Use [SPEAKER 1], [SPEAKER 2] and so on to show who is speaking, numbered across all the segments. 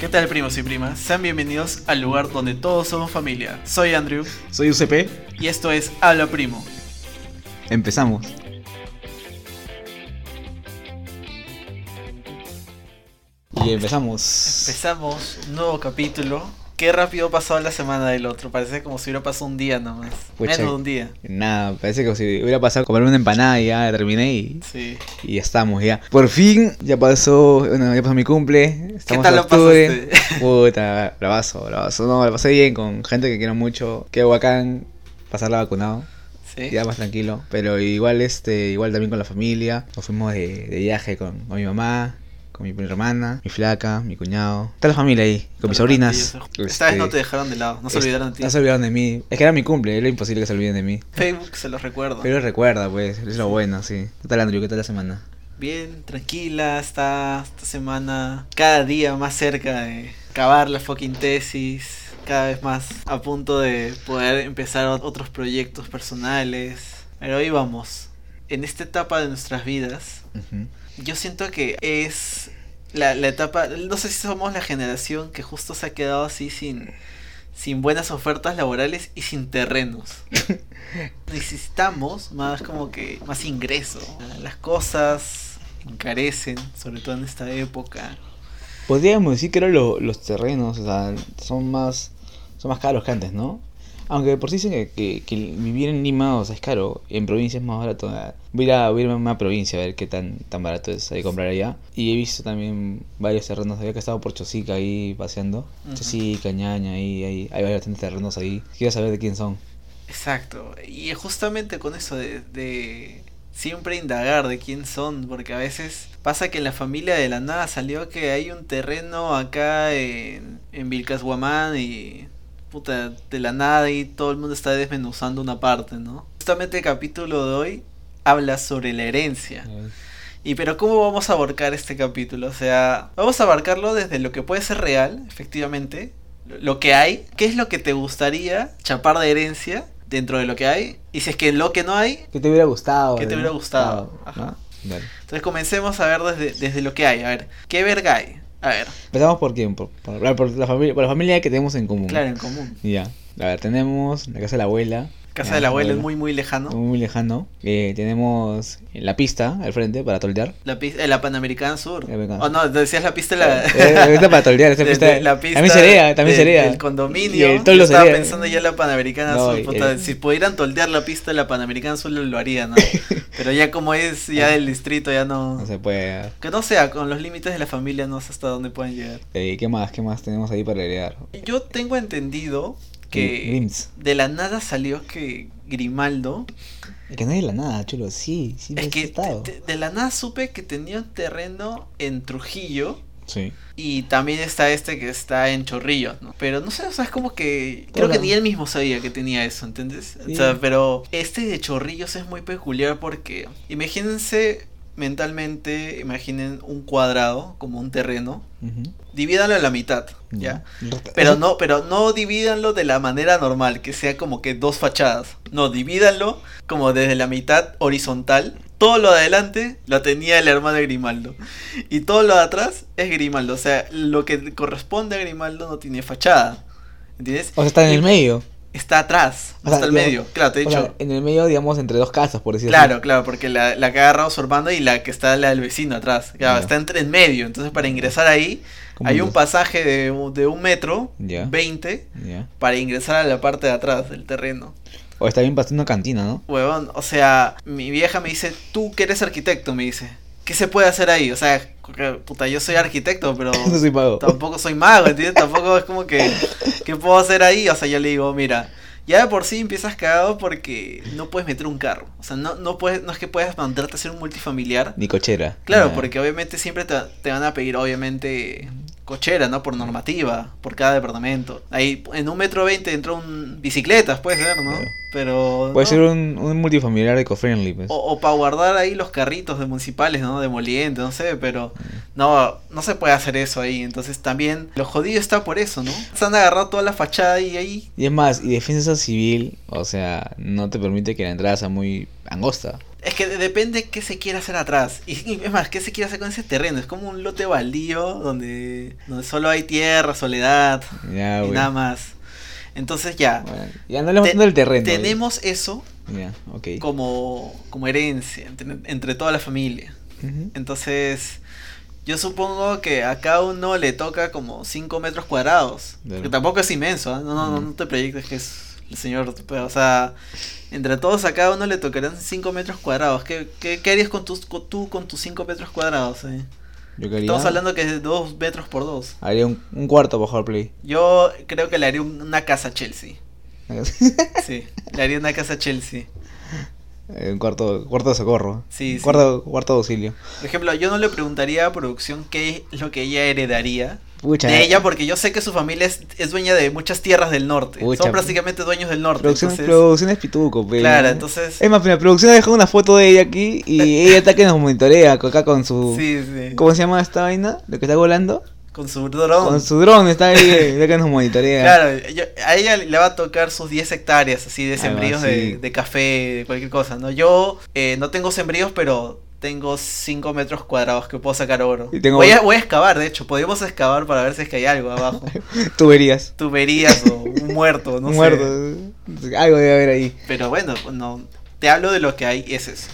[SPEAKER 1] ¿Qué tal primos y primas? Sean bienvenidos al lugar donde todos somos familia. Soy Andrew
[SPEAKER 2] Soy UCP,
[SPEAKER 1] y esto es Habla Primo.
[SPEAKER 2] empezamos. Y empezamos.
[SPEAKER 1] Empezamos nuevo capítulo. Qué rápido ha pasado la semana del otro. Parece como si hubiera pasado un día nomás.
[SPEAKER 2] Pucha.
[SPEAKER 1] Menos de un día.
[SPEAKER 2] Nada, parece que si hubiera pasado a comerme una empanada y ya terminé y,
[SPEAKER 1] Sí.
[SPEAKER 2] y ya estamos ya. Por fin, ya pasó, bueno, ya pasó mi cumple. Estamos
[SPEAKER 1] ¿Qué tal
[SPEAKER 2] en
[SPEAKER 1] lo
[SPEAKER 2] octubre.
[SPEAKER 1] pasaste?
[SPEAKER 2] Puta, bravazo, bravazo. No, la pasé bien con gente que quiero mucho. Qué bacán pasarla vacunado.
[SPEAKER 1] Sí.
[SPEAKER 2] Ya más tranquilo. Pero igual este, igual también con la familia. Nos fuimos de, de viaje con, con mi mamá, con mi hermana, mi flaca, mi cuñado. Está la familia ahí, con mis sobrinas.
[SPEAKER 1] Esta vez no te
[SPEAKER 2] Este,
[SPEAKER 1] dejaron de lado. No se
[SPEAKER 2] es-
[SPEAKER 1] olvidaron de ti.
[SPEAKER 2] No se olvidaron de mí. Es que era mi cumple, era imposible que se olviden de mí.
[SPEAKER 1] Facebook se los recuerdo.
[SPEAKER 2] Pero recuerda, pues, es lo bueno, sí. ¿Qué tal, Andrew? ¿Qué tal la semana?
[SPEAKER 1] Bien, tranquila, está esta semana cada día más cerca de acabar la fucking tesis, cada vez más a punto de poder empezar ot- otros proyectos personales. Pero hoy vamos, en esta etapa de nuestras vidas,
[SPEAKER 2] Ujú.
[SPEAKER 1] yo siento que es la, la etapa, no sé si somos la generación que justo se ha quedado así sin, sin buenas ofertas laborales y sin terrenos. Necesitamos más como que más ingreso. Las cosas encarecen, sobre todo en esta época.
[SPEAKER 2] Podríamos decir que ahora lo- los terrenos, o sea, son más, son más caros que antes, ¿no? Aunque de por sí dicen que, que- que vivir en Lima, o sea, es caro, en provincia es más barato. Voy a, ir a- voy a irme a una provincia a ver qué tan, tan barato es ahí comprar allá. Y he visto también varios terrenos, había que he estado por Chosica ahí paseando.
[SPEAKER 1] Ujú.
[SPEAKER 2] Chosica, Ñaña, ahí, ahí, hay bastantes terrenos ahí. Quiero saber de quién son.
[SPEAKER 1] Exacto. Y justamente con eso de, de siempre indagar de quién son, porque a veces pasa que en la familia de la nada salió que hay un terreno acá en, en Vilcashuamán y puta, de la nada y todo el mundo está desmenuzando una parte, ¿no? Justamente el capítulo de hoy habla sobre la herencia. Y pero ¿cómo vamos a abarcar este capítulo? O sea, vamos a abarcarlo desde lo que puede ser real, efectivamente, lo- lo que hay, qué es lo que te gustaría chapar de herencia dentro de lo que hay, y si es que lo que no hay,
[SPEAKER 2] ¿Qué te hubiera gustado?
[SPEAKER 1] ¿Qué te
[SPEAKER 2] ¿no?
[SPEAKER 1] hubiera gustado?
[SPEAKER 2] Ah,
[SPEAKER 1] Ajá.
[SPEAKER 2] ¿no? Dale.
[SPEAKER 1] entonces comencemos a ver desde, desde lo que hay, a ver, ¿qué verga hay? A ver,
[SPEAKER 2] Empezamos por quién, por, por- por la, familia, por la familia que tenemos en común.
[SPEAKER 1] claro, en común.
[SPEAKER 2] Ya, a ver, tenemos la casa de la abuela.
[SPEAKER 1] Casa
[SPEAKER 2] Ya,
[SPEAKER 1] del abuelo es muy, muy lejano.
[SPEAKER 2] muy, muy lejano. Eh, tenemos la pista al frente para toldear.
[SPEAKER 1] La, pis- eh, la Panamericana Sur.
[SPEAKER 2] La Panamericana
[SPEAKER 1] Oh,
[SPEAKER 2] Sur.
[SPEAKER 1] no, decías la pista de la...
[SPEAKER 2] Eh, la pista para toldear, esa
[SPEAKER 1] de-
[SPEAKER 2] pista-
[SPEAKER 1] de- la
[SPEAKER 2] también
[SPEAKER 1] pista
[SPEAKER 2] sería, también
[SPEAKER 1] del-
[SPEAKER 2] sería.
[SPEAKER 1] del condominio.
[SPEAKER 2] Y el
[SPEAKER 1] Yo
[SPEAKER 2] toldo
[SPEAKER 1] estaba
[SPEAKER 2] sería.
[SPEAKER 1] pensando ya en la Panamericana
[SPEAKER 2] No,
[SPEAKER 1] Sur.
[SPEAKER 2] y-
[SPEAKER 1] puta,
[SPEAKER 2] eh.
[SPEAKER 1] Si pudieran toldear la pista de la Panamericana Sur, lo, lo harían. ¿no? Pero ya como es ya del distrito, ya no.
[SPEAKER 2] Ah. No se puede.
[SPEAKER 1] Que no sea, con los límites de la familia no sé hasta dónde pueden llegar.
[SPEAKER 2] Eh, ¿Qué más? ¿Qué más tenemos ahí para heredar?
[SPEAKER 1] Yo tengo entendido que
[SPEAKER 2] Grims.
[SPEAKER 1] de la nada salió que Grimaldo.
[SPEAKER 2] Que no hay la nada, chulo. Sí, sí, me
[SPEAKER 1] es
[SPEAKER 2] has
[SPEAKER 1] que
[SPEAKER 2] estado.
[SPEAKER 1] te- te- de la nada supe que tenía un terreno en Trujillo.
[SPEAKER 2] Sí.
[SPEAKER 1] Y también está este que está en Chorrillos, ¿no? Pero no sé, o sea, es como que... Creo
[SPEAKER 2] Hola.
[SPEAKER 1] que ni él mismo sabía que tenía eso, ¿entendés?
[SPEAKER 2] Sí.
[SPEAKER 1] O sea, pero este de Chorrillos es muy peculiar porque... Imagínense mentalmente, imaginen un cuadrado como un terreno.
[SPEAKER 2] Ujú.
[SPEAKER 1] Divídanlo en la mitad, ¿ya? Pero no, pero no divídanlo de la manera normal, que sea como que dos fachadas. No, divídanlo como desde la mitad horizontal. Todo lo de adelante lo tenía el hermano de Grimaldo. Y todo lo de atrás es Grimaldo. O sea, lo que corresponde a Grimaldo no tiene fachada. ¿Entiendes?
[SPEAKER 2] O sea, está en el medio.
[SPEAKER 1] Está atrás,
[SPEAKER 2] O sea,
[SPEAKER 1] hasta el
[SPEAKER 2] digamos-
[SPEAKER 1] medio. Claro, te he
[SPEAKER 2] O
[SPEAKER 1] dicho.
[SPEAKER 2] sea, en el medio, digamos, entre dos casas, por decirlo
[SPEAKER 1] Claro, claro, porque la, la que ha agarrado su hermano y la que está la del vecino atrás. Claro,
[SPEAKER 2] Ya.
[SPEAKER 1] está entre en medio. Entonces, para ingresar ahí, hay un pasaje de, un- de un metro,
[SPEAKER 2] Ya.
[SPEAKER 1] 20,
[SPEAKER 2] Ya.
[SPEAKER 1] para ingresar a la parte de atrás del terreno.
[SPEAKER 2] O está bien pasando una cantina, ¿no?
[SPEAKER 1] Huevón, o sea, mi vieja me dice, tú que eres arquitecto, me dice, ¿qué se puede hacer ahí? O sea, que- puta, yo soy arquitecto, pero
[SPEAKER 2] No soy pago.
[SPEAKER 1] tampoco soy mago, ¿entiendes? Tampoco es como que, ¿qué puedo hacer ahí? O sea, yo le digo, mira, ya de por sí empiezas cagado porque no puedes meter un carro. O sea, no, no, puedes, no es que puedas mandarte a hacer un multifamiliar.
[SPEAKER 2] Ni cochera.
[SPEAKER 1] Claro,
[SPEAKER 2] Ya.
[SPEAKER 1] porque obviamente siempre te, te van a pedir, obviamente, cochera, ¿no? Por normativa, por cada departamento. Ahí, en un metro veinte entró un bicicletas, puede ser, ¿no?
[SPEAKER 2] Claro.
[SPEAKER 1] Pero...
[SPEAKER 2] Puede
[SPEAKER 1] no. Oh.
[SPEAKER 2] ser un, un multifamiliar eco-friendly, pues.
[SPEAKER 1] O, para guardar ahí los carritos de municipales, ¿no? Demoliendo, no sé, pero
[SPEAKER 2] Mm.
[SPEAKER 1] no, no se puede hacer eso ahí. Entonces también lo jodido está por eso, ¿no? Se han agarrado toda la fachada y ahí.
[SPEAKER 2] Y es más, y defensa civil, o sea, no te permite que la entrada sea muy angosta.
[SPEAKER 1] Es que de- depende qué se quiera hacer atrás. Y, y es más, qué se quiere hacer con ese terreno. Es como un lote baldío donde, donde solo hay tierra, soledad
[SPEAKER 2] Ya,
[SPEAKER 1] y
[SPEAKER 2] güey.
[SPEAKER 1] nada más. Entonces ya,
[SPEAKER 2] Ah, Bueno, ya no le vamos
[SPEAKER 1] Te-
[SPEAKER 2] dando el terreno. güey.
[SPEAKER 1] tenemos eso
[SPEAKER 2] Ya, ok.
[SPEAKER 1] como, como herencia entre, entre toda la familia.
[SPEAKER 2] Ujú.
[SPEAKER 1] Entonces, yo supongo que a cada uno le toca como 5 metros cuadrados.
[SPEAKER 2] Claro.
[SPEAKER 1] Que tampoco es inmenso, ¿ah? no, no, no,
[SPEAKER 2] Mm.
[SPEAKER 1] no te proyectes que es el señor. pero, o sea, entre todos a cada uno le tocarán 5 metros cuadrados. ¿Qué, qué, qué harías con tus, con, tú con tus 5 metros cuadrados? eh?
[SPEAKER 2] Yo quería.
[SPEAKER 1] Estamos hablando que es de 2 metros por 2.
[SPEAKER 2] Haría un, un cuarto para jugar Play.
[SPEAKER 1] Yo creo que le haría un- una casa a Chelsea. Sí, le haría una casa a Chelsea.
[SPEAKER 2] un cuarto, cuarto de socorro.
[SPEAKER 1] Sí, sí.
[SPEAKER 2] Cuarto, cuarto de auxilio.
[SPEAKER 1] Por ejemplo, yo no le preguntaría a producción qué es lo que ella heredaría.
[SPEAKER 2] Pucha.
[SPEAKER 1] de ella porque yo sé que su familia es, es dueña de muchas tierras del norte.
[SPEAKER 2] Pucha.
[SPEAKER 1] Son prácticamente dueños del norte.
[SPEAKER 2] Producción,
[SPEAKER 1] entonces,
[SPEAKER 2] producción es pituco, pero.
[SPEAKER 1] claro, entonces...
[SPEAKER 2] Es más, la producción ha dejado una foto de ella aquí y ella está que nos monitorea acá con su.
[SPEAKER 1] Sí, sí.
[SPEAKER 2] ¿Cómo se llama esta vaina? Lo que está volando.
[SPEAKER 1] Con su dron.
[SPEAKER 2] Con su dron está ahí, eh, está que nos monitorea.
[SPEAKER 1] Claro, yo- a ella le va a tocar sus 10 hectáreas así de
[SPEAKER 2] Algo
[SPEAKER 1] sembríos
[SPEAKER 2] así.
[SPEAKER 1] de, de café, de cualquier cosa, ¿no? Yo eh, no tengo sembríos, pero tengo 5 metros cuadrados que puedo sacar oro.
[SPEAKER 2] Y tengo-
[SPEAKER 1] Voy, a, voy a excavar, de hecho, podemos excavar para ver si es que hay algo abajo.
[SPEAKER 2] Tuberías.
[SPEAKER 1] Tuberías o un muerto, no sé.
[SPEAKER 2] Muertos. Algo debe haber ahí.
[SPEAKER 1] Pero bueno, no, te hablo de lo que hay, es eso.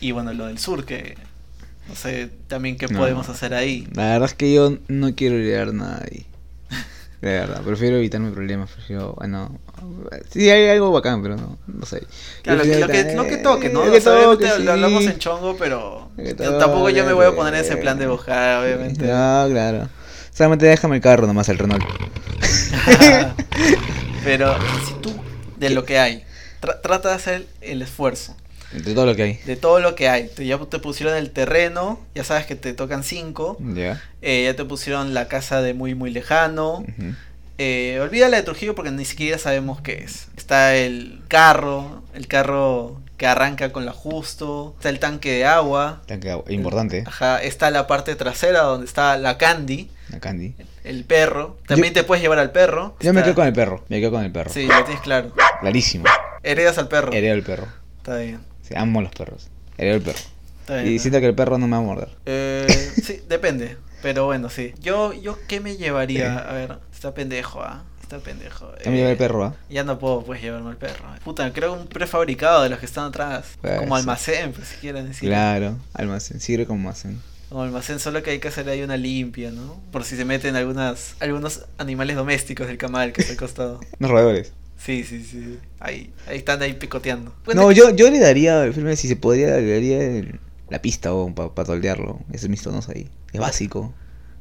[SPEAKER 1] Y bueno, lo del sur, que no sé también qué
[SPEAKER 2] No.
[SPEAKER 1] podemos hacer ahí.
[SPEAKER 2] La verdad es que yo no quiero heredar nada ahí. La verdad, prefiero evitarme problemas, prefiero, bueno, sí hay algo bacán, pero no, no sé.
[SPEAKER 1] Claro,
[SPEAKER 2] Yo
[SPEAKER 1] lo,
[SPEAKER 2] prefiero
[SPEAKER 1] que,
[SPEAKER 2] evitar-
[SPEAKER 1] lo que toque, ¿no?
[SPEAKER 2] Lo
[SPEAKER 1] O sea, obviamente
[SPEAKER 2] toque,
[SPEAKER 1] lo hablamos
[SPEAKER 2] sí.
[SPEAKER 1] en chongo, pero
[SPEAKER 2] Lo que
[SPEAKER 1] yo tampoco yo me voy a
[SPEAKER 2] toque.
[SPEAKER 1] poner en ese plan de buscar, obviamente.
[SPEAKER 2] No, claro. Solamente déjame el carro nomás, el Renault.
[SPEAKER 1] pero si tú, de lo que hay, tra- trata de hacer el esfuerzo,
[SPEAKER 2] Entre todo lo que hay.
[SPEAKER 1] de todo lo que hay. Te, ya te pusieron el terreno, ya sabes que te tocan cinco,
[SPEAKER 2] Ya.
[SPEAKER 1] eh, ya te pusieron la casa de muy, muy lejano.
[SPEAKER 2] Ujú.
[SPEAKER 1] Eh, olvídala de Trujillo porque ni siquiera sabemos qué es. Está el carro, el carro que arranca con la justo, está el tanque de agua,
[SPEAKER 2] Tanque de agua, Importante, ¿eh?
[SPEAKER 1] ajá, está la parte trasera donde está la Candy,
[SPEAKER 2] la Candy.
[SPEAKER 1] el perro. También te puedes llevar al perro.
[SPEAKER 2] Yo me
[SPEAKER 1] Está-
[SPEAKER 2] quedo con el perro, me quedo con el perro.
[SPEAKER 1] Sí, lo tienes claro.
[SPEAKER 2] Clarísimo.
[SPEAKER 1] Heredas al perro.
[SPEAKER 2] Heredo el perro.
[SPEAKER 1] Está bien.
[SPEAKER 2] Sí, amo los perros. Heredo el perro.
[SPEAKER 1] Está bien.
[SPEAKER 2] Y siento que el perro no me va a morder.
[SPEAKER 1] Eh, sí, depende. Pero bueno, sí. Yo, yo qué me llevaría, a ver, está pendejo, ah. Está pendejo.
[SPEAKER 2] Ya me lleva el
[SPEAKER 1] Eh,
[SPEAKER 2] perro, ¿ah?
[SPEAKER 1] Ya no puedo pues llevarme al perro. Puta, creo un prefabricado de los que están atrás.
[SPEAKER 2] Puede
[SPEAKER 1] como
[SPEAKER 2] ser.
[SPEAKER 1] almacén, pues, si quieren decir.
[SPEAKER 2] Claro, almacén, sirve como almacén.
[SPEAKER 1] Como almacén, solo que hay que hacer ahí una limpia, ¿no? Por si se meten algunas, algunos animales domésticos del camal que está al costado.
[SPEAKER 2] Los roedores.
[SPEAKER 1] Sí, sí, sí. Ahí, ahí están ahí picoteando.
[SPEAKER 2] No, yo, yo le daría, firme, si se podría, le daría el- la pista para toldearlo. Esos mis tonos ahí. Es básico,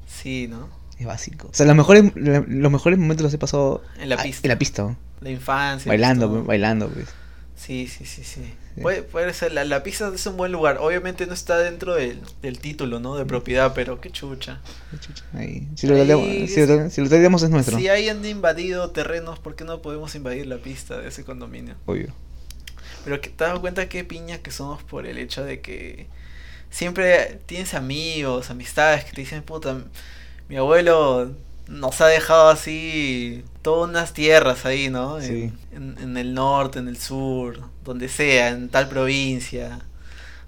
[SPEAKER 1] Sí, ¿no?
[SPEAKER 2] es básico. O sea, los mejores, la- los mejores momentos los he pasado
[SPEAKER 1] En la
[SPEAKER 2] a-
[SPEAKER 1] pista.
[SPEAKER 2] En la pista, ¿no?
[SPEAKER 1] La infancia.
[SPEAKER 2] bailando,
[SPEAKER 1] todo.
[SPEAKER 2] pues, bailando, pues.
[SPEAKER 1] Sí, sí, sí, sí.
[SPEAKER 2] Sí.
[SPEAKER 1] Puede, puede ser, la, la pizza es un buen lugar. Obviamente no está dentro del, del título, ¿no?
[SPEAKER 2] Mm.
[SPEAKER 1] De propiedad, pero qué chucha.
[SPEAKER 2] Chucha, Ahí. Si lo
[SPEAKER 1] Ahí
[SPEAKER 2] toldeamos, si lo
[SPEAKER 1] es-
[SPEAKER 2] tolde- si lo toldeamos es nuestro.
[SPEAKER 1] Si ahí han invadido terrenos, ¿por qué no podemos invadir la pista de ese condominio?
[SPEAKER 2] Obvio.
[SPEAKER 1] Pero que te das cuenta qué piña que somos por el hecho de que siempre tienes amigos, amistades que te dicen, puta, mi abuelo nos ha dejado así todas unas tierras ahí, ¿no? En-
[SPEAKER 2] Sí.
[SPEAKER 1] En, en el norte, en el sur, donde sea, en tal provincia.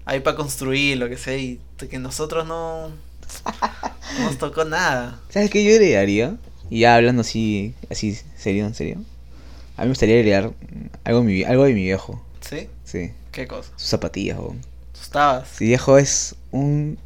[SPEAKER 1] Ahí para construir, lo que sea, y t- que nosotros no, no nos tocó nada.
[SPEAKER 2] ¿Sabes qué yo le daría? Y ya hablando así, así, serio, en serio. A mí me gustaría heredar mm, algo de mi, vie- algo de mi viejo.
[SPEAKER 1] ¿Sí?
[SPEAKER 2] Sí,
[SPEAKER 1] ¿Qué cosa?
[SPEAKER 2] sus zapatillas, weón.
[SPEAKER 1] Tus tabas.
[SPEAKER 2] Mi viejo es un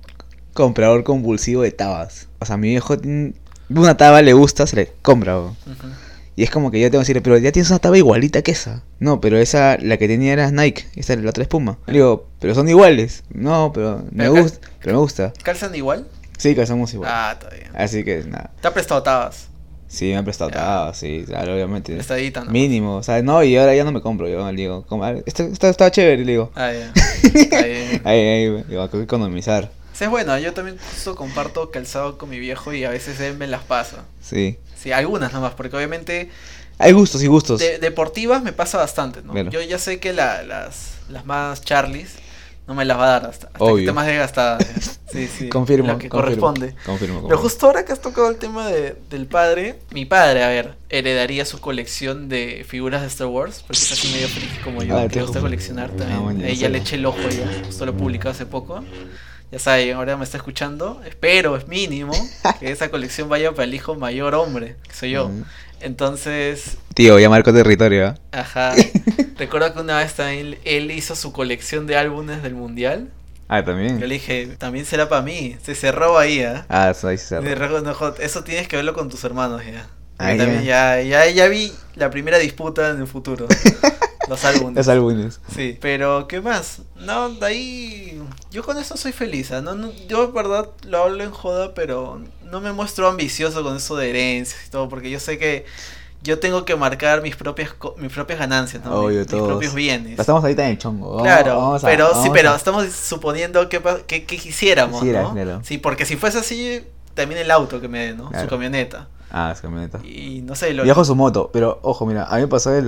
[SPEAKER 2] comprador compulsivo de tabas. O sea, mi viejo tiene una taba, le gusta, se le compra. bro.
[SPEAKER 1] Ujú.
[SPEAKER 2] Y es como que yo tengo que decirle, pero ya tienes una taba igualita que esa. No, pero esa, la que tenía era Nike, esta la otra es Puma. Le digo, pero son iguales. No, pero me
[SPEAKER 1] Pero acá-
[SPEAKER 2] gusta, pero me gusta.
[SPEAKER 1] ¿Calzan igual?
[SPEAKER 2] Sí, calzamos igual.
[SPEAKER 1] Ah, está bien.
[SPEAKER 2] Así que nada.
[SPEAKER 1] Te ha prestado tabas.
[SPEAKER 2] Sí, me han prestado
[SPEAKER 1] Ah.
[SPEAKER 2] tabas, sí, claro, obviamente.
[SPEAKER 1] Prestadita, ¿no?
[SPEAKER 2] Mínimo, o sea, no, y ahora ya no me compro. Yo le digo, como, "Ah, esta, esta estaba chévere, le digo.
[SPEAKER 1] Ah, ya. Está bien.
[SPEAKER 2] Ahí, ahí, digo, hay que economizar.
[SPEAKER 1] Sí, es bueno, yo también justo comparto calzado con mi viejo y a veces él me las pasa.
[SPEAKER 2] Sí.
[SPEAKER 1] Sí, algunas nomás, porque obviamente
[SPEAKER 2] Hay gustos y gustos.
[SPEAKER 1] de- deportivas me pasa bastante, ¿no?
[SPEAKER 2] Claro.
[SPEAKER 1] Yo ya sé que la- las, las más Charlies no me las va a dar hasta, hasta que
[SPEAKER 2] Obvio.
[SPEAKER 1] esté más desgastada. Sí, sí.
[SPEAKER 2] Confirmo.
[SPEAKER 1] Lo que
[SPEAKER 2] confirmo,
[SPEAKER 1] corresponde.
[SPEAKER 2] Confirmo.
[SPEAKER 1] Pero
[SPEAKER 2] confirmo.
[SPEAKER 1] justo ahora que has tocado el tema de- del padre, mi padre, a ver, heredaría su colección de figuras de Star Wars, porque es así medio friki como yo,
[SPEAKER 2] Ah,
[SPEAKER 1] que
[SPEAKER 2] te-
[SPEAKER 1] le gusta coleccionar también.
[SPEAKER 2] Ah, bueno, ya
[SPEAKER 1] Ahí ya
[SPEAKER 2] sé.
[SPEAKER 1] le eché el ojo, ya, justo lo publicado hace poco. Ya saben, ahora me está escuchando. Espero, es mínimo, que esa colección vaya para el hijo mayor hombre, que soy yo.
[SPEAKER 2] Mm.
[SPEAKER 1] Entonces,
[SPEAKER 2] Tío, ya marco territorio. ¿ah?
[SPEAKER 1] ajá. Recuerdo que una vez también él hizo su colección de álbumes del mundial.
[SPEAKER 2] Ah,
[SPEAKER 1] Yo
[SPEAKER 2] también.
[SPEAKER 1] le dije, también será para mí. Se cerró ahí, ¿ah?
[SPEAKER 2] Ah, eso ahí se
[SPEAKER 1] De
[SPEAKER 2] cerró.
[SPEAKER 1] Dragon Ojo, Eso tienes que verlo con tus hermanos ya.
[SPEAKER 2] Ah,
[SPEAKER 1] Yo también ya. Ya, ya vi la primera disputa en el futuro. Los álbumes.
[SPEAKER 2] Los álbumes.
[SPEAKER 1] Sí, pero ¿qué más? No, de ahí yo con eso soy feliz. ¿ah? No, no- yo de verdad lo hablo en joda, pero no me muestro ambicioso con eso de herencias y todo, porque yo sé que yo tengo que marcar mis propias co- mis propias ganancias, ¿no?
[SPEAKER 2] Obvio,
[SPEAKER 1] mis, mis
[SPEAKER 2] todos.
[SPEAKER 1] propios bienes.
[SPEAKER 2] Estamos ahorita en el chongo. vamos-
[SPEAKER 1] Claro,
[SPEAKER 2] Oh, vamos a-
[SPEAKER 1] pero sí,
[SPEAKER 2] vamos
[SPEAKER 1] pero
[SPEAKER 2] a-
[SPEAKER 1] estamos suponiendo que, pa- que, que quisiéramos,
[SPEAKER 2] Quisiera,
[SPEAKER 1] ¿no?
[SPEAKER 2] claro.
[SPEAKER 1] Sí, porque si fuese así, también el auto que me den, ¿no?
[SPEAKER 2] Claro.
[SPEAKER 1] Su camioneta.
[SPEAKER 2] Ah, es camioneta.
[SPEAKER 1] Y no sé, lo...
[SPEAKER 2] Mi hijo su moto, pero ojo, mira, a mí me pasó el,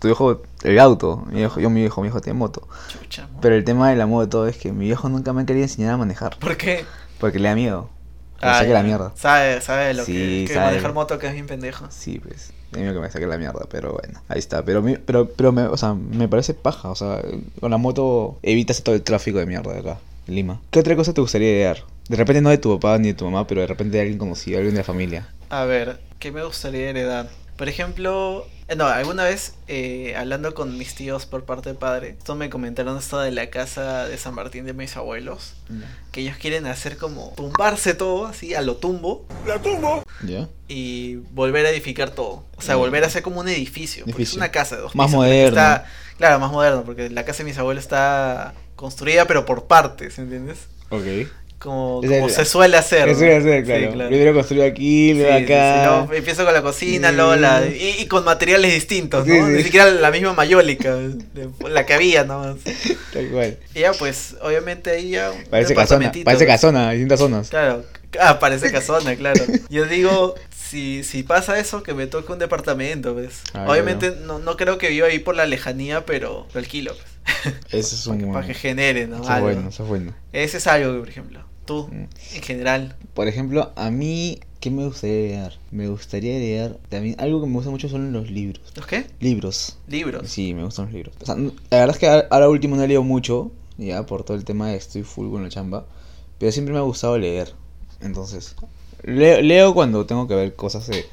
[SPEAKER 2] tu viejo, el auto. Mi viejo, yo, mi viejo, mi hijo tiene moto.
[SPEAKER 1] Chucha, mo-
[SPEAKER 2] Pero el tema de la moto es que mi viejo nunca me ha querido enseñar a manejar.
[SPEAKER 1] ¿Por qué?
[SPEAKER 2] Porque le da miedo. Que me
[SPEAKER 1] Ah,
[SPEAKER 2] saque
[SPEAKER 1] ya.
[SPEAKER 2] la mierda.
[SPEAKER 1] Sabe, sabe lo
[SPEAKER 2] Sí,
[SPEAKER 1] que, que
[SPEAKER 2] sabe.
[SPEAKER 1] manejar moto que es bien pendejo.
[SPEAKER 2] Sí, pues. Le da miedo que me saque la mierda, pero bueno. Ahí está. Pero, mi- pero, pero me, o sea, me parece paja. O sea, con la moto evitas todo el tráfico de mierda de acá, en Lima. ¿Qué otra cosa te gustaría idear? De repente no de tu papá ni de tu mamá, pero de repente de alguien conocido, alguien de la familia.
[SPEAKER 1] A ver, ¿qué me gustaría heredar? Por ejemplo, eh, no, alguna vez eh, hablando con mis tíos por parte de padre, esto me comentaron esto de la casa de San Martín de mis abuelos, que ellos quieren hacer como tumbarse todo así a lo tumbo
[SPEAKER 2] ¿Ya?
[SPEAKER 1] y volver a edificar todo. O sea,
[SPEAKER 2] Mm.
[SPEAKER 1] volver a ser como un edificio. porque es
[SPEAKER 2] Edificio.
[SPEAKER 1] una casa de dos
[SPEAKER 2] Más
[SPEAKER 1] pisos, pero que
[SPEAKER 2] moderno.
[SPEAKER 1] está- claro, más moderno, porque la casa de mis abuelos está construida pero por partes, ¿entiendes?
[SPEAKER 2] Ok.
[SPEAKER 1] Como,
[SPEAKER 2] Es el-
[SPEAKER 1] como se suele hacer.
[SPEAKER 2] Eso iba a hacer,
[SPEAKER 1] Sí,
[SPEAKER 2] claro. Primero construyo aquí, luego
[SPEAKER 1] Sí, sí, sí,
[SPEAKER 2] acá.
[SPEAKER 1] luego empiezo con la cocina, luego la- y, y con materiales distintos, ¿no?
[SPEAKER 2] Sí, sí.
[SPEAKER 1] Ni siquiera la misma mayólica, de- la que había nomás.
[SPEAKER 2] Tal cual.
[SPEAKER 1] Y ya pues, obviamente ahí ya... un
[SPEAKER 2] Parece casona,
[SPEAKER 1] departamentito.
[SPEAKER 2] parece casona, distintas zonas.
[SPEAKER 1] Claro, ah, parece casona, claro. Yo digo, si, si pasa eso, que me toque un departamento, ¿ves?
[SPEAKER 2] Ah,
[SPEAKER 1] obviamente no, no creo que viva ahí por la lejanía, pero lo alquilo, pues,
[SPEAKER 2] Eso es un
[SPEAKER 1] para que genere, ¿no?
[SPEAKER 2] eso es
[SPEAKER 1] Algo.
[SPEAKER 2] bueno, eso es bueno.
[SPEAKER 1] Ese es algo, por ejemplo. Tú,
[SPEAKER 2] Mm.
[SPEAKER 1] en general,
[SPEAKER 2] Por ejemplo, a mí, ¿qué me gustaría leer? Me gustaría leer también algo que me gusta mucho son los libros.
[SPEAKER 1] ¿los qué?
[SPEAKER 2] Libros.
[SPEAKER 1] Libros.
[SPEAKER 2] Sí, me gustan los libros. O sea, n- la verdad es que a- ahora último no leo mucho, ya por todo el tema de que estoy full con la chamba, pero siempre me ha gustado leer. Entonces, leo, leo cuando tengo que ver cosas de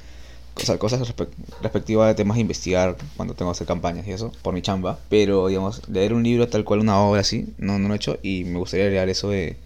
[SPEAKER 2] o sea, cosas respe- respectivas a temas de investigar, cuando tengo que hacer campañas y eso, por mi chamba, pero digamos, leer un libro tal cual una obra así, no no lo he hecho y me gustaría leer eso de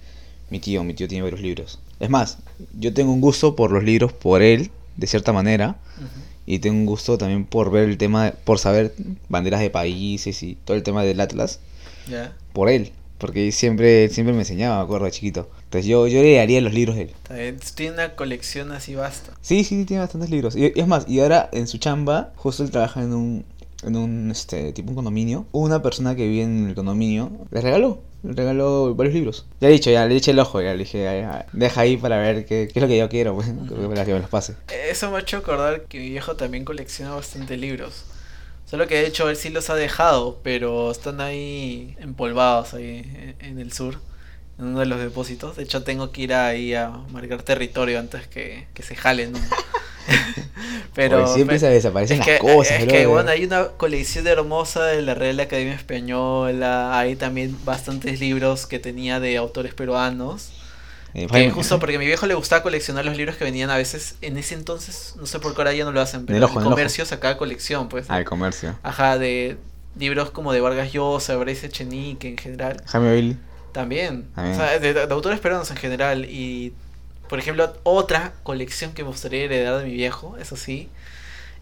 [SPEAKER 2] mi tío, mi tío tiene varios libros. Es más, yo tengo un gusto por los libros por él, de cierta manera.
[SPEAKER 1] Ujú.
[SPEAKER 2] Y tengo un gusto también por ver el tema, por saber banderas de países y todo el tema del Atlas,
[SPEAKER 1] Ya,
[SPEAKER 2] por él, porque siempre, siempre me enseñaba, me acuerdo de chiquito. Entonces yo, yo leería los libros de él.
[SPEAKER 1] está bien. Tiene una colección así basta.
[SPEAKER 2] Sí, sí, tiene bastantes libros. Y, y es más, y ahora en su chamba, justo él trabaja en un, en un, este, tipo un condominio. Una persona que vive en el condominio le regaló, le regaló varios libros. Ya he dicho, ya le eché el ojo, ya le dije, "Ay, ay, deja ahí para ver qué, qué es lo que yo quiero, pues, para que me los pase.
[SPEAKER 1] Eso me ha hecho acordar que mi viejo también colecciona bastante libros. Solo que de hecho él sí los ha dejado, pero están ahí empolvados ahí en en el sur, en uno de los depósitos. De hecho tengo que ir ahí a marcar territorio antes que, que se jalen. ¿no? pero
[SPEAKER 2] Porque siempre
[SPEAKER 1] pe-
[SPEAKER 2] se desaparecen
[SPEAKER 1] es
[SPEAKER 2] las
[SPEAKER 1] que,
[SPEAKER 2] cosas,
[SPEAKER 1] es
[SPEAKER 2] bro.
[SPEAKER 1] que, bueno, hay una colección hermosa de la Real Academia Española, hay también bastantes libros que tenía de autores peruanos.
[SPEAKER 2] Eh,
[SPEAKER 1] Que
[SPEAKER 2] Jaime-
[SPEAKER 1] justo porque a mi viejo le gustaba coleccionar los libros que venían a veces en ese entonces, no sé por qué ahora ya no lo hacen, pero el,
[SPEAKER 2] el ojo, Ah, en el
[SPEAKER 1] comercio sacaba colección, pues.
[SPEAKER 2] Al comercio.
[SPEAKER 1] Ajá, de libros como de Vargas Llosa, Bryce Echenique en general.
[SPEAKER 2] Jaime Bill.
[SPEAKER 1] También.
[SPEAKER 2] También.
[SPEAKER 1] O sea, de, de autores peruanos en general. Y, por ejemplo, otra colección que me gustaría heredar de mi viejo, eso sí,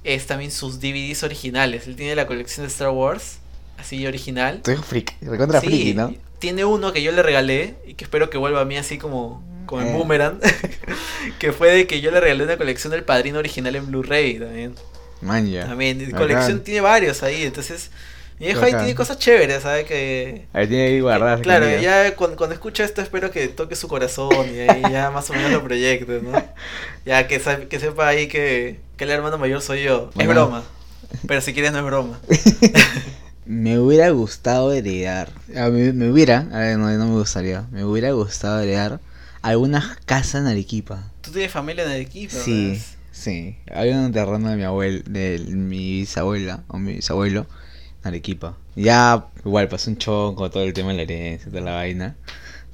[SPEAKER 1] es también sus DVDs originales. Él tiene la colección de Star Wars, así original.
[SPEAKER 2] Tu hijo freak. Recontra
[SPEAKER 1] Sí,
[SPEAKER 2] friki, ¿no?
[SPEAKER 1] Tiene uno que yo le regalé y que espero que vuelva a mí así como, como en
[SPEAKER 2] Eh.
[SPEAKER 1] Boomerang. que fue de que yo le regalé una colección del padrino original en Blu-ray también.
[SPEAKER 2] Man, ya.
[SPEAKER 1] También. y
[SPEAKER 2] Bacán.
[SPEAKER 1] colección tiene varios ahí. Entonces, mi viejo ahí
[SPEAKER 2] Bacán.
[SPEAKER 1] tiene cosas chéveres, ¿sabes? Que.
[SPEAKER 2] Ahí tiene que guardar.
[SPEAKER 1] Eh, Claro,
[SPEAKER 2] escondido.
[SPEAKER 1] ya cuando, cuando escucha esto espero que toque su corazón y ahí ya más o menos lo proyecte, ¿no? Ya que, sa- que sepa ahí que, que el hermano mayor soy yo. Es
[SPEAKER 2] Bueno.
[SPEAKER 1] broma. Pero si quieres no es broma.
[SPEAKER 2] me hubiera gustado heredar. a mí- me hubiera, a ver, no, no me gustaría. Me hubiera gustado heredar algunas casas en Arequipa.
[SPEAKER 1] Tú tienes familia en Arequipa,
[SPEAKER 2] Sí,
[SPEAKER 1] ¿ves?
[SPEAKER 2] sí. Había un terreno de mi abuel, de mi bisabuela o mi bisabuelo en Arequipa. Ya, igual pasó un chonco todo el tema de la herencia, toda la vaina.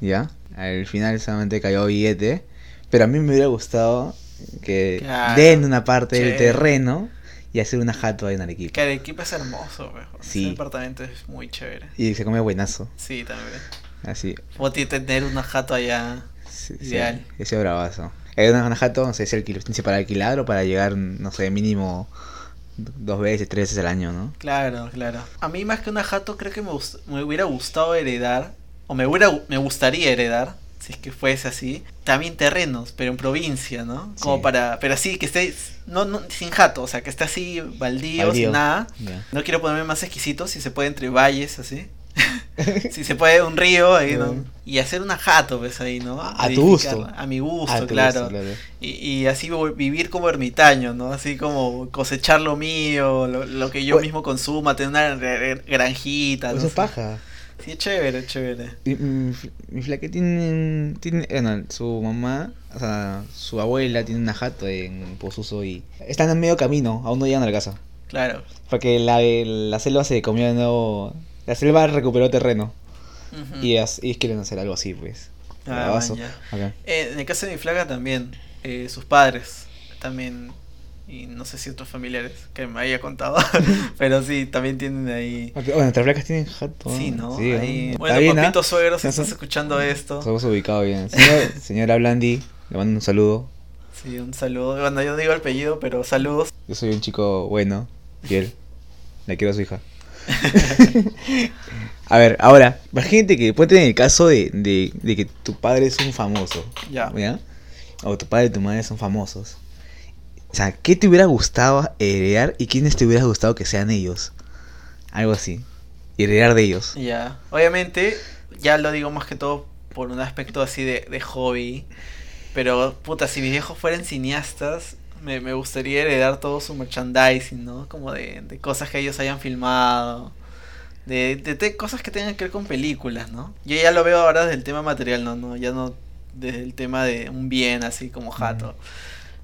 [SPEAKER 2] Ya, al final solamente cayó billete. Pero a mí me hubiera gustado que
[SPEAKER 1] Claro,
[SPEAKER 2] den una parte del
[SPEAKER 1] sí.
[SPEAKER 2] terreno y hacer una jato ahí en Arequipa.
[SPEAKER 1] Que Arequipa es hermoso, mejor.
[SPEAKER 2] Sí.
[SPEAKER 1] Ese departamento es muy chévere.
[SPEAKER 2] Y se come buenazo,
[SPEAKER 1] Sí, también.
[SPEAKER 2] así.
[SPEAKER 1] O ti tener una jato allá.
[SPEAKER 2] Sí, sí,
[SPEAKER 1] Ideal.
[SPEAKER 2] ese bravazo. Hay una una jato, no sé si alquil- si para alquilar o para llegar, no sé, mínimo dos veces, tres veces al año, ¿no?
[SPEAKER 1] Claro, claro. A mí más que una jato creo que me, gust- me hubiera gustado heredar, o me, hubiera, me gustaría heredar, si es que fuese así, también terrenos, pero en provincia, ¿no? Como
[SPEAKER 2] Sí.
[SPEAKER 1] para, pero así, que esté, no, no, sin jato, o sea, que esté así baldío,
[SPEAKER 2] Baldío.
[SPEAKER 1] sin nada.
[SPEAKER 2] Ya.
[SPEAKER 1] No quiero ponerme más exquisito, si se puede entre valles, así. si se puede un río, ahí, ¿no?
[SPEAKER 2] Bueno.
[SPEAKER 1] Y hacer una jato, pues ahí, ¿no?
[SPEAKER 2] A tu gusto.
[SPEAKER 1] Edificarla, A mi gusto,
[SPEAKER 2] Ah, te
[SPEAKER 1] claro.
[SPEAKER 2] gusta,
[SPEAKER 1] Y, y así vo- vivir como ermitaño, ¿no? Así como cosechar lo mío, lo, lo que yo
[SPEAKER 2] Pues-
[SPEAKER 1] mismo consuma, tener una gr- gr- granjita.
[SPEAKER 2] Eso
[SPEAKER 1] no
[SPEAKER 2] Pues es
[SPEAKER 1] sé.
[SPEAKER 2] paja.
[SPEAKER 1] Sí, es chévere, es chévere.
[SPEAKER 2] Y, mm, fl- Mi flaque tiene, tiene eh, no, su mamá, o sea, su abuela tiene una jato en Pozuzo y están en medio camino, aún no llegan a la casa.
[SPEAKER 1] Claro.
[SPEAKER 2] Porque la, la selva se comió de nuevo, la selva recuperó terreno
[SPEAKER 1] Ujú.
[SPEAKER 2] y eh, ellas- ellos quieren hacer algo así, pues.
[SPEAKER 1] Mm. Ah,
[SPEAKER 2] Bravazo.
[SPEAKER 1] man,
[SPEAKER 2] Acá.
[SPEAKER 1] Eh, en el caso de mi flaca también, eh, sus padres también, y no sé si otros familiares que me haya contado, pero sí, también tienen ahí...
[SPEAKER 2] Ok, Bueno, nuestras placas tienen jato.
[SPEAKER 1] Sí, ¿no?
[SPEAKER 2] Sí,
[SPEAKER 1] Ahí-
[SPEAKER 2] ¿no?
[SPEAKER 1] Bueno,
[SPEAKER 2] Está bien, ¿ah?
[SPEAKER 1] papito suegro, si
[SPEAKER 2] Eso-
[SPEAKER 1] estás escuchando esto,
[SPEAKER 2] Estamos ubicados bien. Señor- señora Blandi, le mando un saludo.
[SPEAKER 1] sí, un saludo. Bueno, yo no digo el apellido, pero saludos.
[SPEAKER 2] Yo soy un chico bueno, fiel. La quiero a su hija. a ver, ahora, imagínate que ponte en el caso de, de- de que tu padre es un famoso.
[SPEAKER 1] Ya.
[SPEAKER 2] O tu padre y tu madre son famosos. O sea, ¿qué te hubiera gustado heredar y quiénes te hubiera gustado que sean ellos? Algo así. Heredar de ellos.
[SPEAKER 1] Ya, obviamente, ya lo digo más que todo por un aspecto así de, de hobby. Pero, puta, si mis viejos fueran cineastas, me, me gustaría heredar todo su merchandising, ¿no? Como de, de cosas que ellos hayan filmado. De, de te- cosas que tengan que ver con películas, ¿no? Yo ya lo veo ahora desde el tema material, ¿no? no ya no desde el tema de un bien así como jato.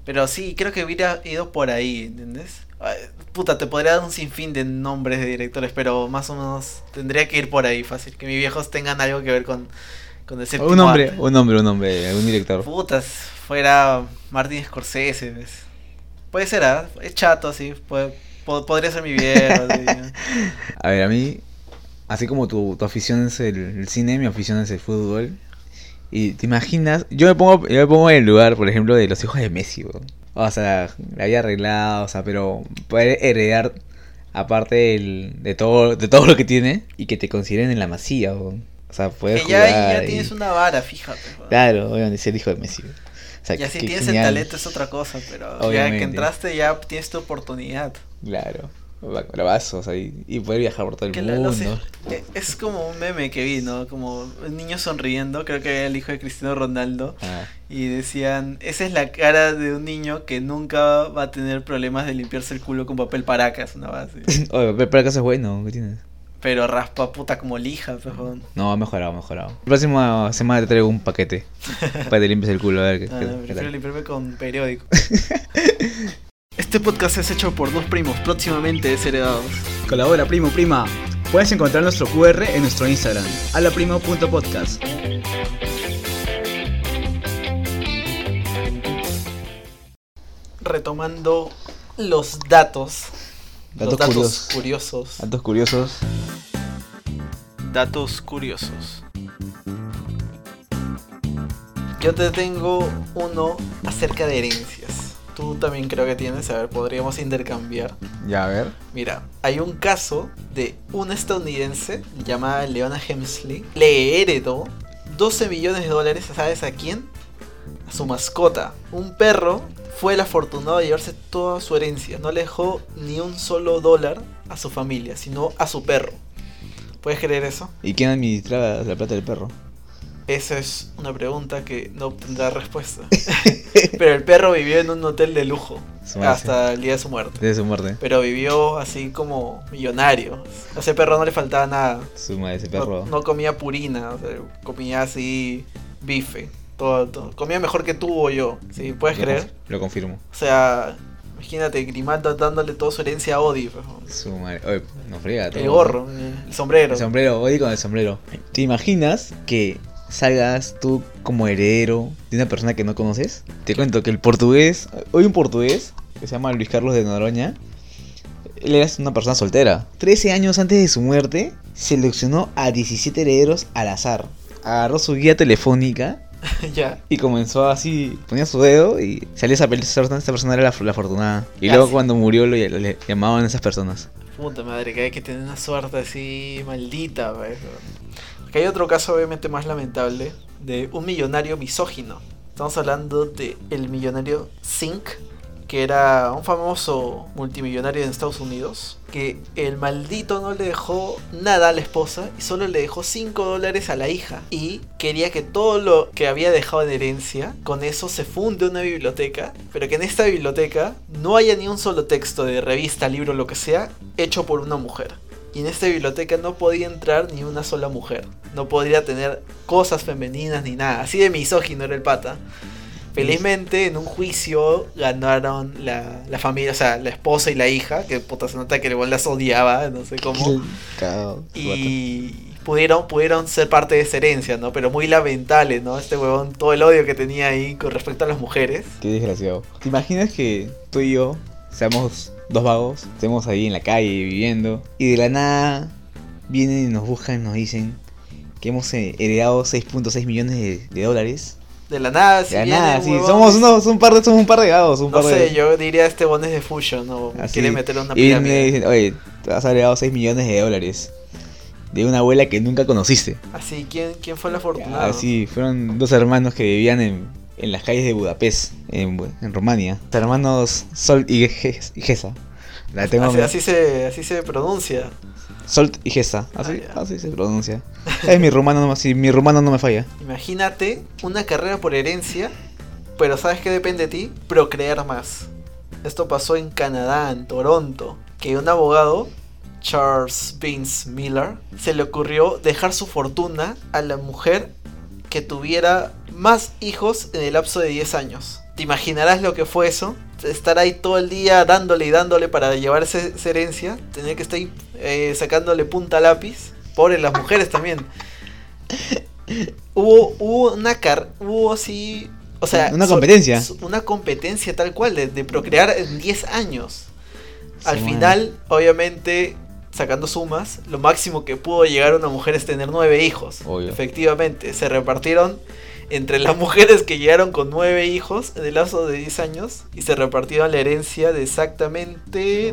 [SPEAKER 1] Pero sí, creo que hubiera ido por ahí, ¿entendés? Ah, Puta, te podría dar un sinfín de nombres de directores, pero más o menos tendría que ir por ahí fácil. Que mis viejos tengan algo que ver con, con el séptimo
[SPEAKER 2] Un hombre,
[SPEAKER 1] arte.
[SPEAKER 2] un hombre, un hombre, algún director.
[SPEAKER 1] Putas, fuera Martin Scorsese, ¿ves? Puede ser, ¿ah? es chato así, puede- po- podría ser mi viejo. así, ¿no?
[SPEAKER 2] A ver, a mí, así como tu, tu afición es el, el cine, mi afición es el fútbol. Y te imaginas, yo me pongo, yo me pongo en el lugar, por ejemplo, de los hijos de Messi, weón. O sea, la había arreglado, o sea, pero poder heredar, aparte del- de todo de todo lo que tiene, y que te consideren en la masía, weón. O sea, poder
[SPEAKER 1] Que ya, ahí
[SPEAKER 2] jugar.
[SPEAKER 1] ya
[SPEAKER 2] y-
[SPEAKER 1] tienes una vara, fíjate. ¿no?
[SPEAKER 2] Claro, obviamente, ser hijo de Messi. weón. O sea,
[SPEAKER 1] ya si
[SPEAKER 2] qué
[SPEAKER 1] tienes
[SPEAKER 2] genial.
[SPEAKER 1] el talento es otra cosa, pero ya
[SPEAKER 2] Obviamente.
[SPEAKER 1] que entraste ya tienes tu oportunidad.
[SPEAKER 2] Claro, bravazos, o sea, y, y poder viajar por todo el
[SPEAKER 1] Que la-
[SPEAKER 2] mundo.
[SPEAKER 1] no sé, e- es como un meme que vi, ¿no? Como un niño sonriendo, creo que era el hijo de Cristiano Ronaldo.
[SPEAKER 2] Ah.
[SPEAKER 1] Y decían, esa es la cara de un niño que nunca va a tener problemas de limpiarse el culo con papel paracas, una base.
[SPEAKER 2] Oye, pero para casa es bueno, ¿qué tienes?
[SPEAKER 1] Pero raspa puta como lija, pues, weón.
[SPEAKER 2] No, ha mejorado, ha mejorado. La próxima semana te traigo un paquete para que te limpies el culo, a ver qué,
[SPEAKER 1] Ah,
[SPEAKER 2] qué- qué
[SPEAKER 1] prefiero
[SPEAKER 2] tal.
[SPEAKER 1] limpiarme con periódico. Este podcast es hecho por dos primos próximamente desheredados.
[SPEAKER 3] Colabora, primo, prima. Puedes encontrar nuestro QR en nuestro Instagram, alaprimo.podcast.
[SPEAKER 1] Retomando los datos. los
[SPEAKER 2] Datos
[SPEAKER 1] datos
[SPEAKER 2] curiosos.
[SPEAKER 1] curiosos.
[SPEAKER 2] Datos curiosos.
[SPEAKER 1] Datos curiosos. Yo te tengo uno acerca de herencias. Tú también creo que tienes, a ver, podríamos intercambiar.
[SPEAKER 2] Ya, a ver.
[SPEAKER 1] Mira, hay un caso de una estadounidense llamada Leona Hemsley. Le heredó 12 millones de dólares, ¿sabes a quién? A su mascota. Un perro fue el afortunado de llevarse toda su herencia. No le dejó ni un solo dólar a su familia, sino a su perro. ¿Puedes creer eso?
[SPEAKER 2] ¿Y quién administraba la plata del perro?
[SPEAKER 1] Esa es una pregunta que no obtendrá respuesta. Pero el perro vivió en un hotel de lujo
[SPEAKER 2] Su madre,
[SPEAKER 1] hasta el día de su muerte.
[SPEAKER 2] Desde su muerte.
[SPEAKER 1] Pero vivió así como millonario. A ese perro no le faltaba nada.
[SPEAKER 2] Su madre, ese
[SPEAKER 1] No-
[SPEAKER 2] perro.
[SPEAKER 1] No, comía purina, o sea, comía así bife. Todo, todo. Comía mejor que tú o yo, ¿sí? ¿Puedes
[SPEAKER 2] Lo
[SPEAKER 1] creer?
[SPEAKER 2] conf- Lo confirmo.
[SPEAKER 1] O sea, imagínate, Grimaldo dándole toda su herencia a Odi. pues, ¿no?
[SPEAKER 2] Su madre. Oye, no friega.
[SPEAKER 1] El
[SPEAKER 2] todo.
[SPEAKER 1] gorro, el sombrero.
[SPEAKER 2] El sombrero, voy con el sombrero. ¿Te imaginas que salgas tú como heredero de una persona que no conoces? Te cuento que el portugués, hoy un portugués, que se llama Luis Carlos de Noroña, él era una persona soltera. 13 años antes de su muerte, seleccionó a 17 herederos al azar. Agarró su guía telefónica
[SPEAKER 1] ya.
[SPEAKER 2] y comenzó así, ponía su dedo y salía esa persona, esta persona era la, la afortunada. Y
[SPEAKER 1] Ya
[SPEAKER 2] luego
[SPEAKER 1] sé.
[SPEAKER 2] cuando murió lo, le llamaban a esas personas.
[SPEAKER 1] Puta madre, que hay que tener una suerte así maldita. pues, ¿no? Aquí hay otro caso obviamente más lamentable de un millonario misógino. Estamos hablando de el millonario Zink, que era un famoso multimillonario en Estados Unidos, que el maldito no le dejó nada a la esposa y solo le dejó 5 dólares a la hija. Y quería que todo lo que había dejado en herencia, con eso se funde una biblioteca, pero que en esta biblioteca no haya ni un solo texto de revista, libro, lo que sea, hecho por una mujer. Y en esta biblioteca no podía entrar ni una sola mujer. No podría tener cosas femeninas ni nada. Así de misógino era el pata. Felizmente, en un juicio ganaron la, la familia, o sea, la esposa y la hija, que puta se nota que el weón las odiaba, no sé cómo.
[SPEAKER 2] Cagado, su vato.
[SPEAKER 1] Y pudieron, pudieron ser parte de esa herencia, ¿no? Pero muy lamentable, ¿no? Este huevón, todo el odio que tenía ahí con respecto a las mujeres.
[SPEAKER 2] Qué desgraciado. ¿Te imaginas que tú y yo seamos dos vagos? Estemos ahí en la calle viviendo. Y de la nada vienen y nos buscan y nos dicen que hemos eh, heredado 6.6 millones de, de dólares.
[SPEAKER 1] De la nada, si
[SPEAKER 2] de la
[SPEAKER 1] viene
[SPEAKER 2] nada,
[SPEAKER 1] un
[SPEAKER 2] sí.
[SPEAKER 1] huevón,
[SPEAKER 2] Somos, unos, un par de, somos un par de vagos. Un
[SPEAKER 1] No
[SPEAKER 2] par de...
[SPEAKER 1] sé, yo diría este huevón es de Fusion, ¿no?
[SPEAKER 2] Así.
[SPEAKER 1] Quiere meter una
[SPEAKER 2] y vienen y
[SPEAKER 1] pirámide.
[SPEAKER 2] dicen, oye, te has heredado 6 millones de dólares. De una abuela que nunca conociste.
[SPEAKER 1] Así, ¿quién, quién fue el afortunado?
[SPEAKER 2] Así, Ah, fueron dos hermanos que vivían en, en las calles de Budapest, en, Bu- en Rumania. Los hermanos Sol y, Ge- y Gesa. La tengo
[SPEAKER 1] Ah, así, así se, así se pronuncia.
[SPEAKER 2] Sol y Gesa, así,
[SPEAKER 1] Ah, ya.
[SPEAKER 2] así se pronuncia. Es mi rumano, no, me- sí, mi rumano no me falla.
[SPEAKER 1] Imagínate una carrera por herencia, pero ¿sabes qué depende de ti? Procrear más. Esto pasó en Canadá, en Toronto, que un abogado, Charles Vince Miller, se le ocurrió dejar su fortuna a la mujer que tuviera más hijos en el lapso de 10 años. ¿Te imaginarás lo que fue eso? Estar ahí todo el día dándole y dándole para llevarse esa herencia, tener que estar ahí, eh, sacándole punta al lápiz. Pobre las mujeres también. Hubo, hubo una car hubo así, o sea,
[SPEAKER 2] Una
[SPEAKER 1] so-
[SPEAKER 2] competencia.
[SPEAKER 1] so- una competencia tal cual de, de procrear en 10 años. Al
[SPEAKER 2] Su madre.
[SPEAKER 1] final, obviamente, sacando sumas, lo máximo que pudo llegar una mujer es tener nueve hijos.
[SPEAKER 2] Obvio.
[SPEAKER 1] Efectivamente, se repartieron entre las mujeres que llegaron con nueve hijos en el lapso de 10 años y se repartieron la herencia de exactamente,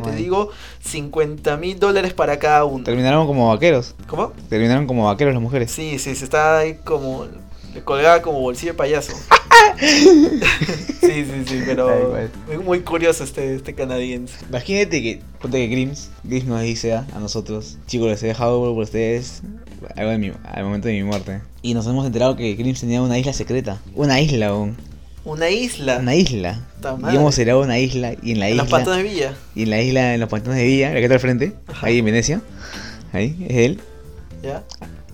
[SPEAKER 1] te
[SPEAKER 2] Guay.
[SPEAKER 1] digo, 50 mil dólares para cada uno.
[SPEAKER 2] Terminaron como vaqueros.
[SPEAKER 1] ¿Cómo?
[SPEAKER 2] Terminaron como vaqueros las mujeres.
[SPEAKER 1] Sí, sí, se estaba ahí como. Le colgaba como bolsillo de payaso. sí, sí, sí,
[SPEAKER 2] Tal
[SPEAKER 1] pero.
[SPEAKER 2] cual.
[SPEAKER 1] Muy, muy curioso este, este canadiense.
[SPEAKER 2] Imagínate que, ponte que Grims, Grims nos dice a, a nosotros, chicos, les he dejado por ustedes algo de mi- al momento de mi muerte. Y nos hemos enterado que Grims tenía una isla secreta. Una isla aún.
[SPEAKER 1] Una isla.
[SPEAKER 2] Una isla.
[SPEAKER 1] Puta madre.
[SPEAKER 2] Y hemos heredado una isla y en la
[SPEAKER 1] en
[SPEAKER 2] isla.
[SPEAKER 1] las pantas de Villa.
[SPEAKER 2] Y en la isla, en los pantanos de Villa, la que está al frente, ahí en Venecia. Ahí, es él.
[SPEAKER 1] ¿Ya?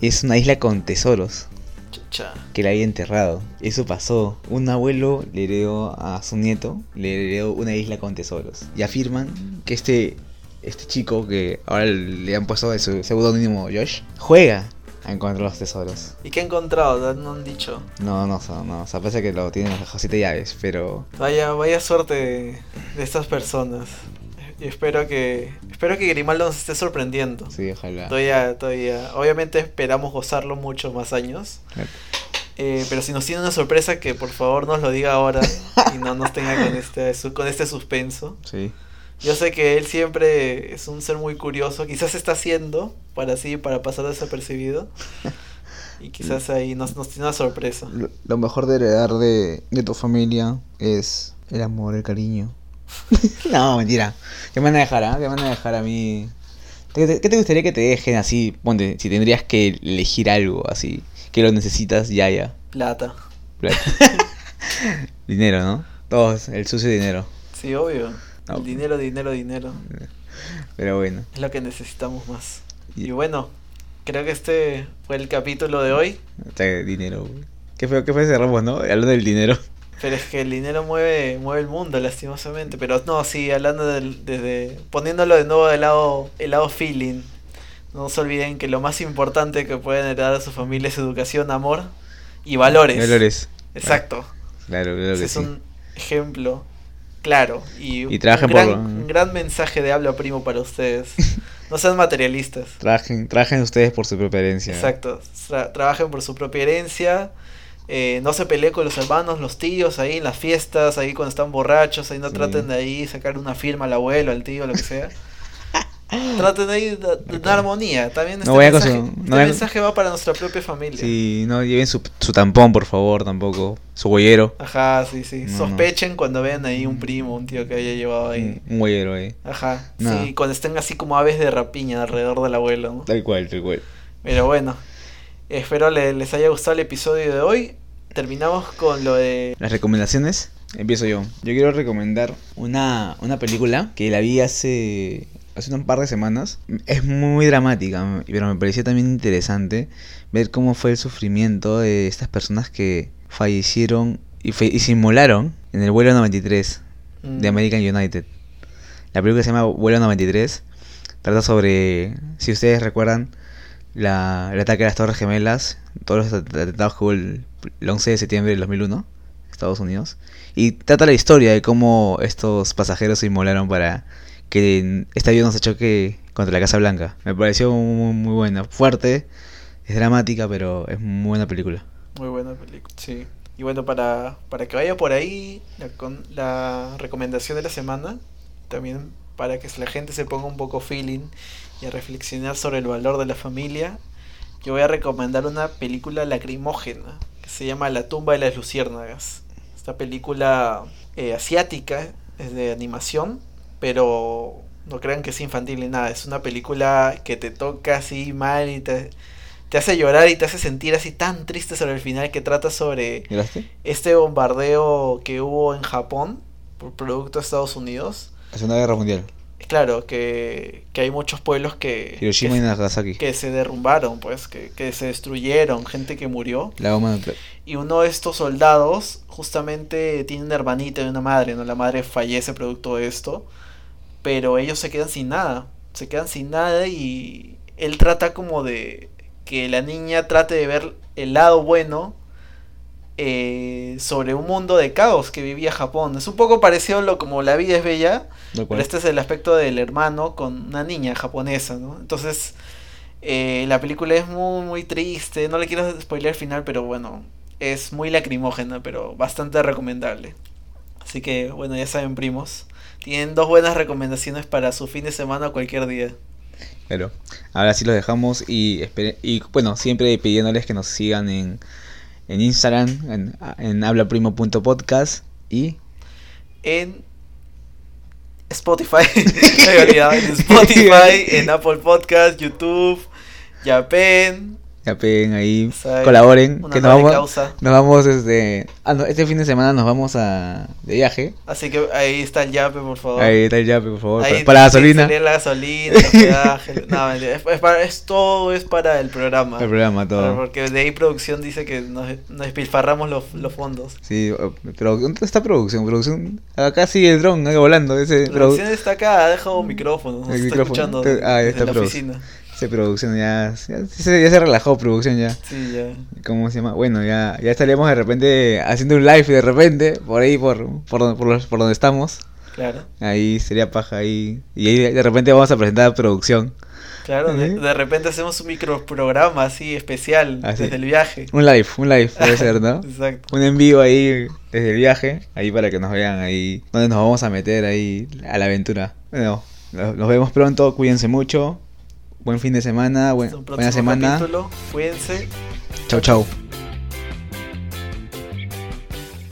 [SPEAKER 2] Es una isla con tesoros
[SPEAKER 1] Chucha.
[SPEAKER 2] que la había enterrado. Eso pasó. Un abuelo le heredó a su nieto, le heredó una isla con tesoros. Y afirman que este, este chico, que ahora le han puesto de su seudónimo Josh, juega a encontrar los tesoros.
[SPEAKER 1] ¿Y qué ha encontrado? No- No han dicho.
[SPEAKER 2] No, no, no, no. O sea, parece que lo tienen bajo siete llaves, pero
[SPEAKER 1] Vaya, vaya suerte de, de estas personas. Y espero que. Espero que Grimaldo nos esté sorprendiendo.
[SPEAKER 2] sí, ojalá.
[SPEAKER 1] Todavía, todavía. Obviamente esperamos gozarlo muchos más años.
[SPEAKER 2] Claro.
[SPEAKER 1] Eh, pero si nos tiene una sorpresa, que por favor nos lo diga ahora y no nos tenga con este, su- con este suspenso.
[SPEAKER 2] Sí.
[SPEAKER 1] Yo sé que él siempre es un ser muy curioso. Quizás está haciendo para así, para pasar desapercibido. Y quizás ahí nos, nos tiene una sorpresa.
[SPEAKER 2] Lo, lo mejor de heredar de, de tu familia es el amor, el cariño. no, mentira. ¿Qué me van a dejar, ah? ¿Qué me van a dejar a mí? ¿Qué te, qué te gustaría que te dejen así? Ponte, si tendrías que elegir algo así. que lo necesitas ya, ya.
[SPEAKER 1] Plata.
[SPEAKER 2] Plata. dinero, ¿no? Todos, el sucio dinero.
[SPEAKER 1] Sí, obvio.
[SPEAKER 2] No.
[SPEAKER 1] El dinero, dinero, dinero.
[SPEAKER 2] Pero bueno.
[SPEAKER 1] Es lo que necesitamos más.
[SPEAKER 2] Y-
[SPEAKER 1] Y bueno, creo que este fue el capítulo de hoy.
[SPEAKER 2] Hasta que dinero, güey. Qué feo, qué feo cerramos, ¿no? Hablando del dinero.
[SPEAKER 1] Pero es que el dinero mueve, mueve el mundo, lastimosamente. Pero no, sí, hablando del- desde. poniéndolo de nuevo del lado, el lado feeling. No se olviden que lo más importante que pueden heredar a su familia es educación, amor y valores.
[SPEAKER 2] Valores.
[SPEAKER 1] Exacto.
[SPEAKER 2] Claro, claro
[SPEAKER 1] Ese
[SPEAKER 2] que
[SPEAKER 1] es
[SPEAKER 2] sí.
[SPEAKER 1] un ejemplo claro. Y,
[SPEAKER 2] Y trabajen
[SPEAKER 1] un,
[SPEAKER 2] por
[SPEAKER 1] gran,
[SPEAKER 2] lo-
[SPEAKER 1] un gran mensaje de habla primo para ustedes. No sean materialistas.
[SPEAKER 2] Trajen, trajen ustedes por su propia herencia.
[SPEAKER 1] Exacto. Tra- trabajen por su propia herencia. eh, no se peleen con los hermanos, los tíos ahí en las fiestas, ahí cuando están borrachos, ahí no
[SPEAKER 2] Sí.
[SPEAKER 1] traten de ahí sacar una firma al abuelo, al tío, lo que sea. traten ahí de, de una armonía. También este,
[SPEAKER 2] voy a
[SPEAKER 1] mensaje,
[SPEAKER 2] consum- no
[SPEAKER 1] este
[SPEAKER 2] voy a-
[SPEAKER 1] mensaje va para nuestra propia familia.
[SPEAKER 2] Sí, no lleven su, su tampón, por favor, tampoco. Su huellero.
[SPEAKER 1] Ajá, sí, sí.
[SPEAKER 2] No, no.
[SPEAKER 1] Sospechen cuando vean ahí un primo, un tío que haya llevado ahí.
[SPEAKER 2] Un un eh. huellero ahí.
[SPEAKER 1] Ajá,
[SPEAKER 2] No.
[SPEAKER 1] sí, cuando estén así como aves de rapiña alrededor del abuelo. ¿no?
[SPEAKER 2] Tal cual, tal cual.
[SPEAKER 1] Pero bueno, espero le- les haya gustado el episodio de hoy. Terminamos con lo de...
[SPEAKER 2] Las recomendaciones, empiezo yo. Yo quiero recomendar una, una película que la vi hace, hace un par de semanas. Es muy dramática, pero me pareció también interesante ver cómo fue el sufrimiento de estas personas que fallecieron y, fe- y se inmolaron en el vuelo 93
[SPEAKER 1] mm,
[SPEAKER 2] de American United. La película se llama Vuelo 93. Trata sobre, si ustedes recuerdan, la, el ataque a las Torres Gemelas, todos los at- atentados que hubo el, el 11 de septiembre del 2001, Estados Unidos. Y trata la historia de cómo estos pasajeros se inmolaron para que este avión no se choque contra la Casa Blanca. Me pareció muy, muy buena, fuerte, es dramática, pero es muy buena película.
[SPEAKER 1] Muy buena película, sí. Y bueno, para, para que vaya por ahí la, con- la recomendación de la semana, también para que la gente se ponga un poco feeling y a reflexionar sobre el valor de la familia, yo voy a recomendar una película lacrimógena que se llama La tumba de las luciérnagas. Esta película eh, asiática es de animación, pero no crean que es infantil ni nada. Es una película que te toca así mal y te, te hace llorar y te hace sentir así tan triste sobre el final que trata sobre
[SPEAKER 2] ¿Lloraste?
[SPEAKER 1] este bombardeo que hubo en Japón por producto de Estados Unidos.
[SPEAKER 2] La Segunda Guerra Mundial.
[SPEAKER 1] Claro, que, que hay muchos pueblos que,
[SPEAKER 2] Hiroshima y
[SPEAKER 1] que,
[SPEAKER 2] Nagasaki.
[SPEAKER 1] que se derrumbaron, pues, que, que se destruyeron, gente que murió.
[SPEAKER 2] La bomba nuclear.
[SPEAKER 1] Y uno de estos soldados justamente tiene una hermanita y una madre, ¿no? La madre fallece producto de esto, pero ellos se quedan sin nada, se quedan sin nada y él trata como de que la niña trate de ver el lado bueno eh, sobre un mundo de caos que vivía Japón. Es un poco parecido a lo como La vida es bella,
[SPEAKER 2] Tal cual.
[SPEAKER 1] pero este es el aspecto del hermano con una niña japonesa, ¿no? Entonces, eh, la película es muy, muy triste. No le quiero spoiler el final, pero bueno, es muy lacrimógena, pero bastante recomendable. Así que, bueno, ya saben, primos. Tienen dos buenas recomendaciones para su fin de semana o cualquier día.
[SPEAKER 2] Claro. Ahora sí los dejamos y, espere- y bueno, siempre pidiéndoles que nos sigan en, en Instagram, en, en hablaprimo.podcast y
[SPEAKER 1] En Spotify, me había olvidado, en Spotify, en Apple Podcast, YouTube, Yapen.
[SPEAKER 2] ya peguen ahí,
[SPEAKER 1] Saben,
[SPEAKER 2] colaboren,
[SPEAKER 1] una
[SPEAKER 2] que nos
[SPEAKER 1] noble
[SPEAKER 2] vamos,
[SPEAKER 1] causa.
[SPEAKER 2] nos vamos este, ah, no, este fin de semana nos vamos a de viaje.
[SPEAKER 1] Así que ahí está el yape, por favor.
[SPEAKER 2] Ahí está el yape, por favor,
[SPEAKER 1] Oh. Ahí
[SPEAKER 2] para, para la
[SPEAKER 1] tiene que salir
[SPEAKER 2] gasolina.
[SPEAKER 1] La gasolina, el hospedaje, no, mentira, es, es para, es- todo es para el programa.
[SPEAKER 2] El programa
[SPEAKER 1] Para-
[SPEAKER 2] todo.
[SPEAKER 1] Porque de ahí producción dice que nos, nos despilfarramos los, los fondos.
[SPEAKER 2] Sí, pero ¿dónde está producción? Producción acá sigue el dron, acá volando, ese
[SPEAKER 1] La
[SPEAKER 2] produ-
[SPEAKER 1] producción está acá, ha dejado un micrófono, nos
[SPEAKER 2] El
[SPEAKER 1] está
[SPEAKER 2] micrófono,
[SPEAKER 1] escuchando
[SPEAKER 2] te- ah,
[SPEAKER 1] desde
[SPEAKER 2] está
[SPEAKER 1] la
[SPEAKER 2] produ-
[SPEAKER 1] oficina.
[SPEAKER 2] ese producción ya, ya, se- ya se relajó producción ya.
[SPEAKER 1] Sí, ya.
[SPEAKER 2] ¿Cómo se llama? Bueno, ya, ya estaríamos de repente haciendo un live de repente, por ahí, por, por, donde, por, los- por donde estamos.
[SPEAKER 1] Claro,
[SPEAKER 2] Ahí sería paja ahí. Y ahí de repente vamos a presentar producción.
[SPEAKER 1] claro, de,
[SPEAKER 2] Ujú.
[SPEAKER 1] de repente hacemos un microprograma así especial
[SPEAKER 2] Así.
[SPEAKER 1] desde el viaje.
[SPEAKER 2] Un live, un live puede ser, ¿no?
[SPEAKER 1] Exacto.
[SPEAKER 2] Un envío ahí desde el viaje, ahí para que nos vean ahí, donde nos vamos a meter ahí a la aventura. Bueno, no- nos vemos pronto, cuídense mucho. Buen fin de semana, buen-
[SPEAKER 1] Hasta un
[SPEAKER 2] buena
[SPEAKER 1] próximo
[SPEAKER 2] semana.
[SPEAKER 1] capítulo. Cuídense.
[SPEAKER 2] Chau, chau.